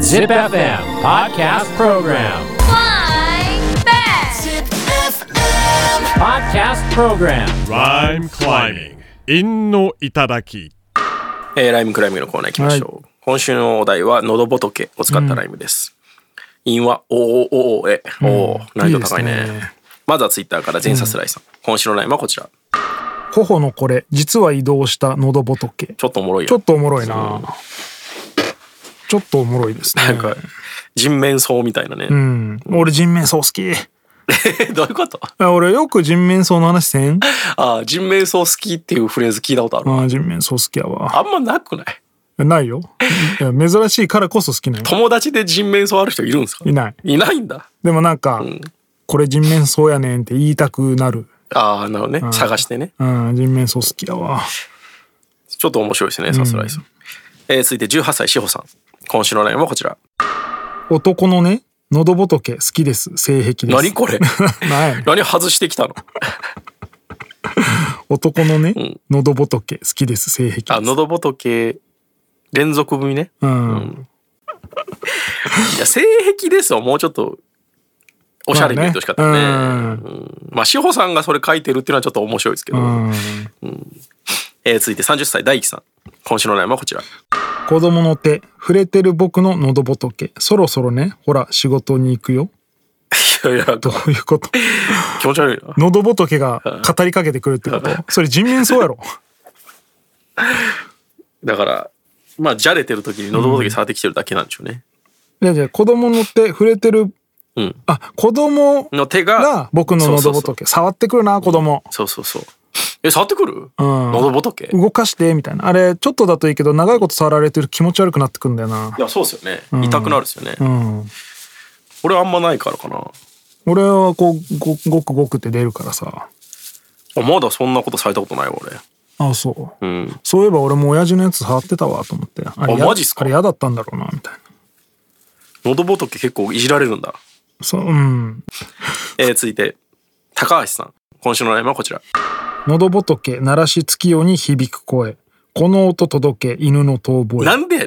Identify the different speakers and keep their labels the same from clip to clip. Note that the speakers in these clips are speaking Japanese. Speaker 1: Zip FM Podcast Program.
Speaker 2: Flying back.
Speaker 1: Podcast Program.
Speaker 3: Rhyme climbing. 陰の頂き。
Speaker 4: えーライムクライムのコーナー行きましょう。今週のお題は、喉仏を使ったライムです。韻は、おーおーおーえ、おー、難易度高いね
Speaker 5: いいですね
Speaker 4: まずはツイッターから全さすらいさん。今週のライムはこちら。
Speaker 5: 頬のこれ実は移動した喉仏
Speaker 4: ちょっとおもろいよ。
Speaker 5: ちょっとおもろいなちょっとおもろいですね
Speaker 4: なんか、人面相みたいなね。
Speaker 5: うん俺人面相好き
Speaker 4: え、 どういうこと
Speaker 5: あ俺よく人面相の話せん
Speaker 4: あー、人面相好きっていうフレーズ聞いたことある。
Speaker 5: あ人面相好きやわ
Speaker 4: あんまなくない
Speaker 5: ないよいや珍しいからこそ好きなの
Speaker 4: 友達で人面相ある人いるんですか
Speaker 5: いない
Speaker 4: いないんだ。
Speaker 5: でもなんか、これ人面相やねんって言いたくなる
Speaker 4: ああ、なるほどね。探してね。
Speaker 5: うん人面相好きやわ
Speaker 4: ちょっと面白いですね、さすらいさん。えー続いて18歳、しほさん。今週のライムはこちら。
Speaker 5: 男のね喉仏好きです性癖です
Speaker 4: 何これ
Speaker 5: なんやねん
Speaker 4: 何外してきたの
Speaker 5: 男のね、喉仏好きです性癖です
Speaker 4: あ、喉仏連続組ね。
Speaker 5: うん
Speaker 4: いや、性癖ですよ。もうちょっと、おしゃれに言ってほしかったね。
Speaker 5: まあ
Speaker 4: うんまあ、志保さんがそれ書いてるっていうのはちょっと面白いですけど。
Speaker 5: うん
Speaker 4: えー続いて30歳、大輝さん。今週のライムはこちら。
Speaker 5: 子供の手触れてる僕の喉仏そろそろねほら仕事に行くよ
Speaker 4: いやいや、
Speaker 5: どういうこと
Speaker 4: 気持ち悪いな。
Speaker 5: 喉仏が語りかけてくるってことそれ人面相やろ
Speaker 4: だから、まあ、じゃれてる時に喉仏触ってきてるだけなんでしょうね。
Speaker 5: いやいや子供の手触れてる、
Speaker 4: うん
Speaker 5: あ子供
Speaker 4: の手が
Speaker 5: が、僕の
Speaker 4: そ
Speaker 5: 喉
Speaker 4: うそう
Speaker 5: 仏触ってくるな子供
Speaker 4: そうそうそうそう。え、触ってくる喉仏い
Speaker 5: 動かしてみたいなあれちょっとだといいけど長いこと触られてると気持ち悪くなってくんだよな
Speaker 4: や、そうですよね。痛くなるですよね。
Speaker 5: うん
Speaker 4: 俺あんまないからかな。
Speaker 5: 俺はこうごごくごくって出るからさ
Speaker 4: あまだそんなことされたことないわ、俺。
Speaker 5: あそう
Speaker 4: うん。
Speaker 5: そういえば俺も親父のやつ触ってたわと思ってあれ
Speaker 4: あ
Speaker 5: や
Speaker 4: マジっすか
Speaker 5: あれ嫌だったんだろうなみたいな
Speaker 4: 喉仏結構いじられるんだ。
Speaker 5: そううん
Speaker 4: えー続いて、高橋さん。今週のライブはこちら。
Speaker 5: 喉仏鳴らし月夜に響く声この音届け犬の遠吠
Speaker 4: な
Speaker 5: え
Speaker 4: んでや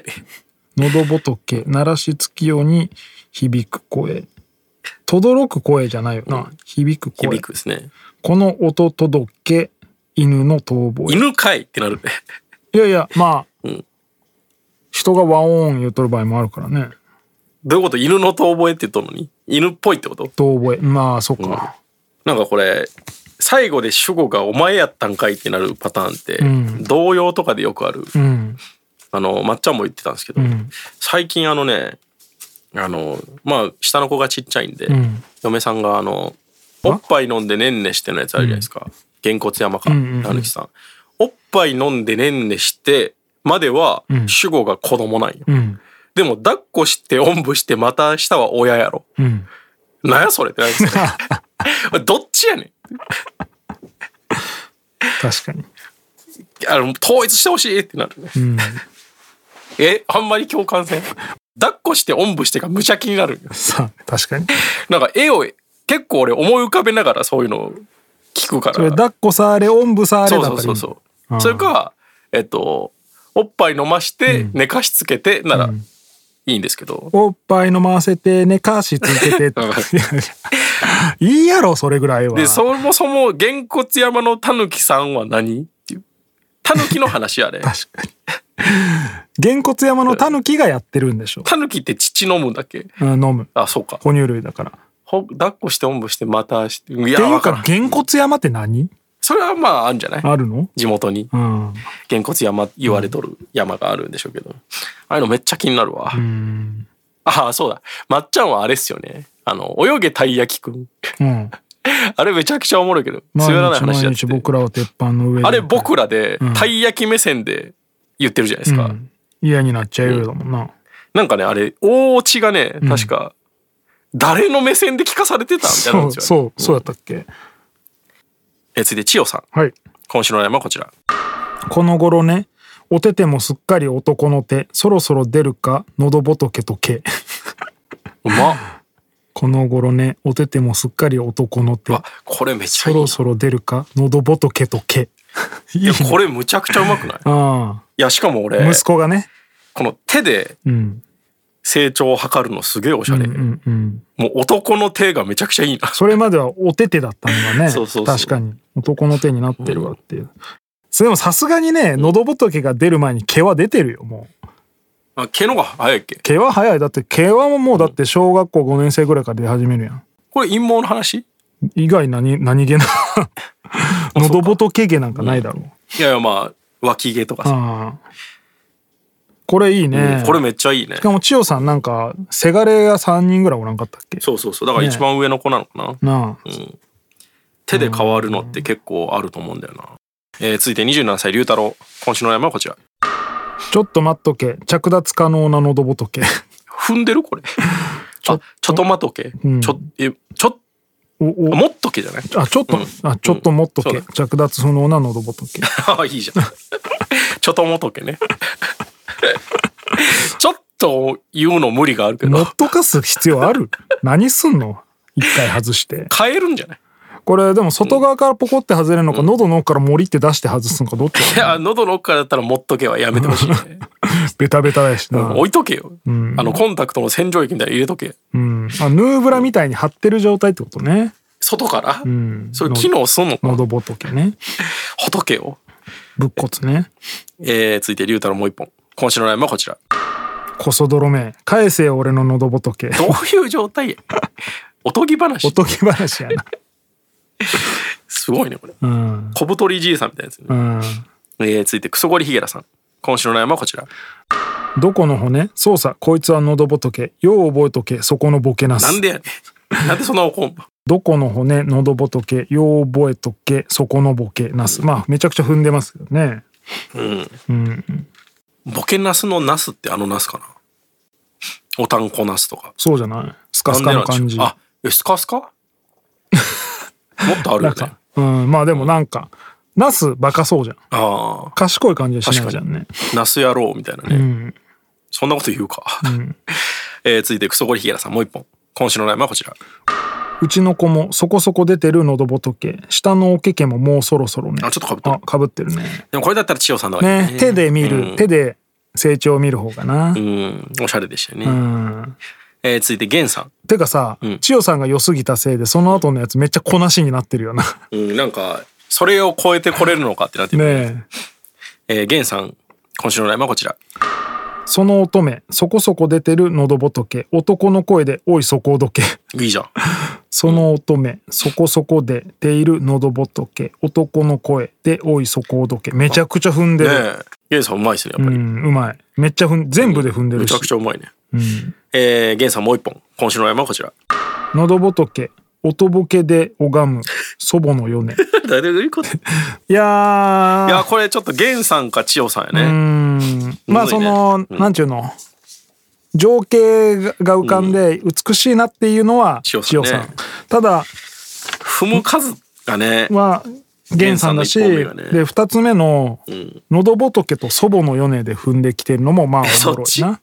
Speaker 4: ねん。
Speaker 5: 喉仏鳴らし月夜に響く声轟く声じゃないよな、響く声
Speaker 4: 響くですね。
Speaker 5: この音届け犬の遠吠え
Speaker 4: 犬かいってなるね。
Speaker 5: いやいやまあ、
Speaker 4: ん
Speaker 5: 人が和音言うとる場合もあるからね
Speaker 4: どういうこと犬の遠吠えって言っとんのに犬っぽいってこと
Speaker 5: 遠吠えまあそっか、
Speaker 4: なんかこれ、最後で主語がお前やったんかいってなるパターンって、
Speaker 5: ん
Speaker 4: 童謡とかでよくある。
Speaker 5: うん
Speaker 4: あの、まっちゃんも言ってたんですけど、
Speaker 5: ん
Speaker 4: 最近あのね、あの、まあ、下の子がちっちゃいんで、
Speaker 5: ん
Speaker 4: 嫁さんがあの、おっぱい飲んでねんねしてのやつあるじゃないですか。げ、んこつ山か、
Speaker 5: んうんうん
Speaker 4: なぬきさん。おっぱい飲んでねんねしてまでは、主語が子供なんよ。
Speaker 5: うん
Speaker 4: でも、抱っこして、おんぶして、また下は親やろ。
Speaker 5: うん
Speaker 4: なんやそれってなるんですよ どっちやねん。
Speaker 5: 確かに
Speaker 4: あの、統一してほしいってなるね。
Speaker 5: ん
Speaker 4: え、あんまり共感せん。抱っこして、おんぶしてが無茶気になるんよ。
Speaker 5: さあ確かに
Speaker 4: なんか絵を結構俺思い浮かべながらそういうのを聞くから。
Speaker 5: それ抱っこさあれおんぶさあれだ
Speaker 4: そ
Speaker 5: っ
Speaker 4: う
Speaker 5: た
Speaker 4: そ
Speaker 5: らいうい
Speaker 4: そうそう。それか、えっと、おっぱい飲まして寝かしつけてならいいんですけど、
Speaker 5: おっぱい飲ませて寝かしつけ てってい やいいやろそれぐらいは
Speaker 4: でそもそもげんこつ山のたぬきさんは何っていうたぬきの話あれ
Speaker 5: 確かにげんこつ山のタヌキがやってるんでしょ、
Speaker 4: たぬきって乳飲むだけ
Speaker 5: うん、飲む
Speaker 4: あそうか
Speaker 5: 哺乳類だからっ
Speaker 4: ほ抱っこしておんぶしてまたしていや
Speaker 5: てい
Speaker 4: わ
Speaker 5: う
Speaker 4: からん
Speaker 5: かげんこつ山って何
Speaker 4: それはまああんじゃない
Speaker 5: あるの
Speaker 4: 地元に
Speaker 5: うん
Speaker 4: げんこつ山言われとる山があるんでしょうけど、ああいうのめっちゃ気になるわ、
Speaker 5: うん
Speaker 4: ああ、そうだ。まっちゃんはあれっすよね。あの、泳げたい焼きくん。
Speaker 5: うん
Speaker 4: あれめちゃくちゃおもろいけど、
Speaker 5: 毎
Speaker 4: 滑らない
Speaker 5: 日
Speaker 4: 話や
Speaker 5: 毎
Speaker 4: って
Speaker 5: 日。僕らは鉄板の上で
Speaker 4: あれ僕らで
Speaker 5: ん、
Speaker 4: たい焼き目線で言ってるじゃないですか。
Speaker 5: うん嫌になっちゃうようだもんな、
Speaker 4: なんかね、あれ、大落ちがね、確か、誰の目線で聞かされてたみたいな
Speaker 5: そ
Speaker 4: ん
Speaker 5: う
Speaker 4: ですよ、ね。
Speaker 5: そうそうやったっけ
Speaker 4: え、続いて、千代さん。
Speaker 5: はい
Speaker 4: 今週の山はこちら。
Speaker 5: この頃ねお手手もすっかり男の手そろそろ出るか喉仏と毛
Speaker 4: うまっ。
Speaker 5: この頃ねお手手もすっかり男の
Speaker 4: う
Speaker 5: 手
Speaker 4: わ、これめちゃ
Speaker 5: そ
Speaker 4: いい。
Speaker 5: ろそろ出るか喉仏と毛い
Speaker 4: い や、これむちゃくちゃうまくない
Speaker 5: あ
Speaker 4: いや、しかも俺
Speaker 5: あ、息子がね
Speaker 4: この手で
Speaker 5: うん。
Speaker 4: 成長を図るのすげえおしゃれ、
Speaker 5: うんうんうん。
Speaker 4: もう男の手がめちゃくちゃいいな
Speaker 5: それまではお手手だったのがね。
Speaker 4: そうそうそう
Speaker 5: 確かに。男の手になってるわっていう。でもさすがにね、喉仏が出る前に毛は出てるよ、もう。
Speaker 4: あ毛のが早いっけ
Speaker 5: 毛は早い。だって毛はもうだって小学校5年生ぐらいから出始めるやん。
Speaker 4: これ陰謀の話
Speaker 5: 以外何、何気な。喉仏毛なんかないだろう。
Speaker 4: いやいやまあ脇毛とかさ、
Speaker 5: ああ。これいいね。
Speaker 4: これめっちゃいいね
Speaker 5: しかも千代さんなんか、せがれが3人ぐらいおらんかったっけ
Speaker 4: そうそうそうだから一番上の子なのかな、
Speaker 5: なあ。
Speaker 4: 手で変わるのって結構あると思うんだよな、えー続いて27歳龍太郎今週の悩みはこちら
Speaker 5: ちょっと待っとけ。着脱可能な喉仏。
Speaker 4: 踏んでるこれちょちょっと待っとけ、
Speaker 5: ん
Speaker 4: ちょえちょ
Speaker 5: おお
Speaker 4: もっとけじゃない
Speaker 5: あ、ちょっと、あ、ちょっと持っとけ。
Speaker 4: うんそう
Speaker 5: 着脱不能な喉仏。
Speaker 4: あいいじゃん ちょっともっとけね ちょっと言うの無理があるけ
Speaker 5: 乗
Speaker 4: ど
Speaker 5: っとかす必要 ある何すんの一回外して。
Speaker 4: 変えるんじゃない
Speaker 5: これでも外側からポコって外れるのか、喉の奥から森って出して外すのか、どっち
Speaker 4: いや喉の奥からだったら持っとけはやめてほしいね
Speaker 5: ベタベタだしな。
Speaker 4: 置いとけよ、あのコンタクトの洗浄液みたいに入れとけ
Speaker 5: うん。あ、ヌーブラみたいに張ってる状態ってことね。
Speaker 4: 外から、
Speaker 5: ん
Speaker 4: そういう機能すんのか
Speaker 5: 喉仏ね。
Speaker 4: ほとけよ
Speaker 5: 仏骨ね。
Speaker 4: えー、続いて龍太郎もう一本今週のライブはこちら
Speaker 5: こそ泥め。返せよ俺の喉仏。
Speaker 4: どういう状 態やおとぎ
Speaker 5: お
Speaker 4: 話
Speaker 5: とぎ話やな。
Speaker 4: すごいねこれ
Speaker 5: うん。
Speaker 4: 小太りじいさんみたいなやつね、
Speaker 5: うん。
Speaker 4: えー、続いてクソゴリヒゲラさん今週のライブはこちら
Speaker 5: どこの骨操作、こいつは喉仏。よう覚えとけ、そこのボケな
Speaker 4: な
Speaker 5: す。
Speaker 4: んでやねんなんでそんな怒んの
Speaker 5: どこの骨、喉仏、よう覚えとけ、そこのボケなす。まあ、めちゃくちゃ踏んでますけどね。
Speaker 4: ボケナスのナスってあのナスかなおたんこナスとか
Speaker 5: そうじゃないスカ
Speaker 4: な
Speaker 5: ス
Speaker 4: んで
Speaker 5: カ
Speaker 4: な
Speaker 5: の
Speaker 4: んでしょう
Speaker 5: 感じ。
Speaker 4: あえスカ スカもっとあるよ
Speaker 5: なん
Speaker 4: ね
Speaker 5: か、うん、まあでもなんか、ナスバカそうじゃん。
Speaker 4: あ
Speaker 5: 賢い感じはしないじゃんね。
Speaker 4: あナス野郎みたいなね、
Speaker 5: うん。
Speaker 4: そんなこと言うか、 えー、続いてクソゴリヒゲラさんもう一本今週のライブはこちら
Speaker 5: うちの子もそこそこ出てる喉仏。下のおけけももうそろそろね。
Speaker 4: あちょっと被ってる
Speaker 5: あ被ってるね。
Speaker 4: でもこれだったら千代さんの方がいい
Speaker 5: ね、手で見る、
Speaker 4: うん
Speaker 5: 手で成長を見る方かな。
Speaker 4: うん、おしゃれでしたよね。
Speaker 5: うん。
Speaker 4: えー続いて、ゲンさん。
Speaker 5: てかさ、
Speaker 4: ん
Speaker 5: 千代さんが良すぎたせいで、その後のやつめっちゃこなしになってる よな。
Speaker 4: うん、なんか、それを超えてこれるのかってなってる。
Speaker 5: ねえ。
Speaker 4: えーゲンさん、今週のライブはこちら。
Speaker 5: その乙女、そこそこ出てる喉仏、男の声で、おいそこをどけ。
Speaker 4: い いじゃん。
Speaker 5: その乙女、そこそこ出ている喉仏、男の声で、おいそこをどけ。めちゃくちゃ踏んでる。
Speaker 4: ねえゲンさんうまいですね、やっ
Speaker 5: う
Speaker 4: ぱり。
Speaker 5: ん、うまい。めっちゃ踏ん、全部で踏んで
Speaker 4: め
Speaker 5: る
Speaker 4: ち
Speaker 5: し
Speaker 4: ゃ。くちゃうまいね。えーゲンさんもう一本。今週のライブはこちら。
Speaker 5: 喉仏、音ぼけで拝む、祖母のよ ね。
Speaker 4: 誰がいうこと い
Speaker 5: いやー。
Speaker 4: や、これちょっとゲンさんか千代さん
Speaker 5: う
Speaker 4: やね。
Speaker 5: ん。ま
Speaker 4: む
Speaker 5: あ
Speaker 4: ず
Speaker 5: そ
Speaker 4: いね
Speaker 5: の、なんちゅうの情景が浮かんで美しいなっていうのは
Speaker 4: 千代
Speaker 5: 千代
Speaker 4: さ
Speaker 5: さ
Speaker 4: ん
Speaker 5: ん,、
Speaker 4: ね
Speaker 5: ただ
Speaker 4: 踏む数がね、
Speaker 5: は源さんだ
Speaker 4: 源
Speaker 5: し、
Speaker 4: さんの一本目がね
Speaker 5: で2つ目の喉仏と祖母の米で踏んできてるのもまあお
Speaker 4: そ
Speaker 5: も
Speaker 4: っ
Speaker 5: ろ
Speaker 4: ち
Speaker 5: いな。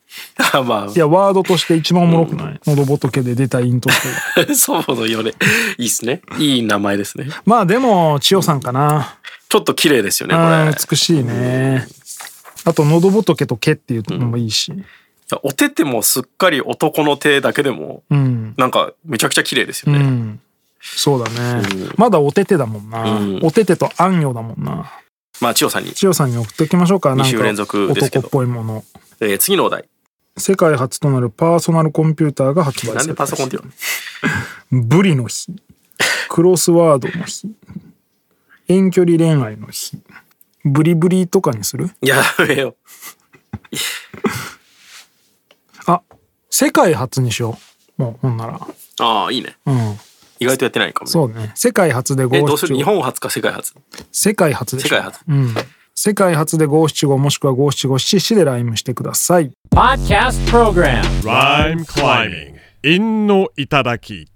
Speaker 4: あ ま
Speaker 5: いやワードとして一番おもろくない、喉仏で出たイントして
Speaker 4: あ、 祖母のよね。いいっすね。いい名前ですね。
Speaker 5: まあでも千代さんかな、
Speaker 4: ちょっと綺麗ですよね、こ
Speaker 5: うん
Speaker 4: れ。
Speaker 5: 美しいねあと喉仏と毛っていうのもいいし
Speaker 4: お手手もすっかり男の手だけでも、
Speaker 5: うん
Speaker 4: なんかめちゃくちゃ綺麗ですよね。
Speaker 5: うん。そうだね。まだおててだもんな。
Speaker 4: うん
Speaker 5: おててと安よだもんな。
Speaker 4: まあ、千代さんに、
Speaker 5: 千代さんに送っておきましょうか。なん
Speaker 4: 二週
Speaker 5: か
Speaker 4: 連続ですけ
Speaker 5: 男
Speaker 4: ど
Speaker 5: っぽいもの。
Speaker 4: えー次のお題。
Speaker 5: 世界初となるパーソナルコンピューターが発売された
Speaker 4: なんでパソコンって
Speaker 5: 日
Speaker 4: 言うの
Speaker 5: ブリの日。クロスワードの日。遠距離恋愛の日。ブリブリとかにする
Speaker 4: やめよ。
Speaker 5: あ、世界初にしよう。もう、ほんなら。
Speaker 4: ああ、いいね。
Speaker 5: うん。
Speaker 4: 意外とやってないかもね。
Speaker 5: そうね。世界初で
Speaker 4: え、
Speaker 5: 五
Speaker 4: どうする
Speaker 5: 七
Speaker 4: 日
Speaker 5: 五。
Speaker 4: 本初か世界初
Speaker 5: 世界初でし
Speaker 4: 世
Speaker 5: ょ
Speaker 4: 界初。
Speaker 5: うん。世界初で五七五もしくは五七五七七でライムしてください。
Speaker 1: Podcast Program
Speaker 3: Rhyme climbing. 陰の頂き。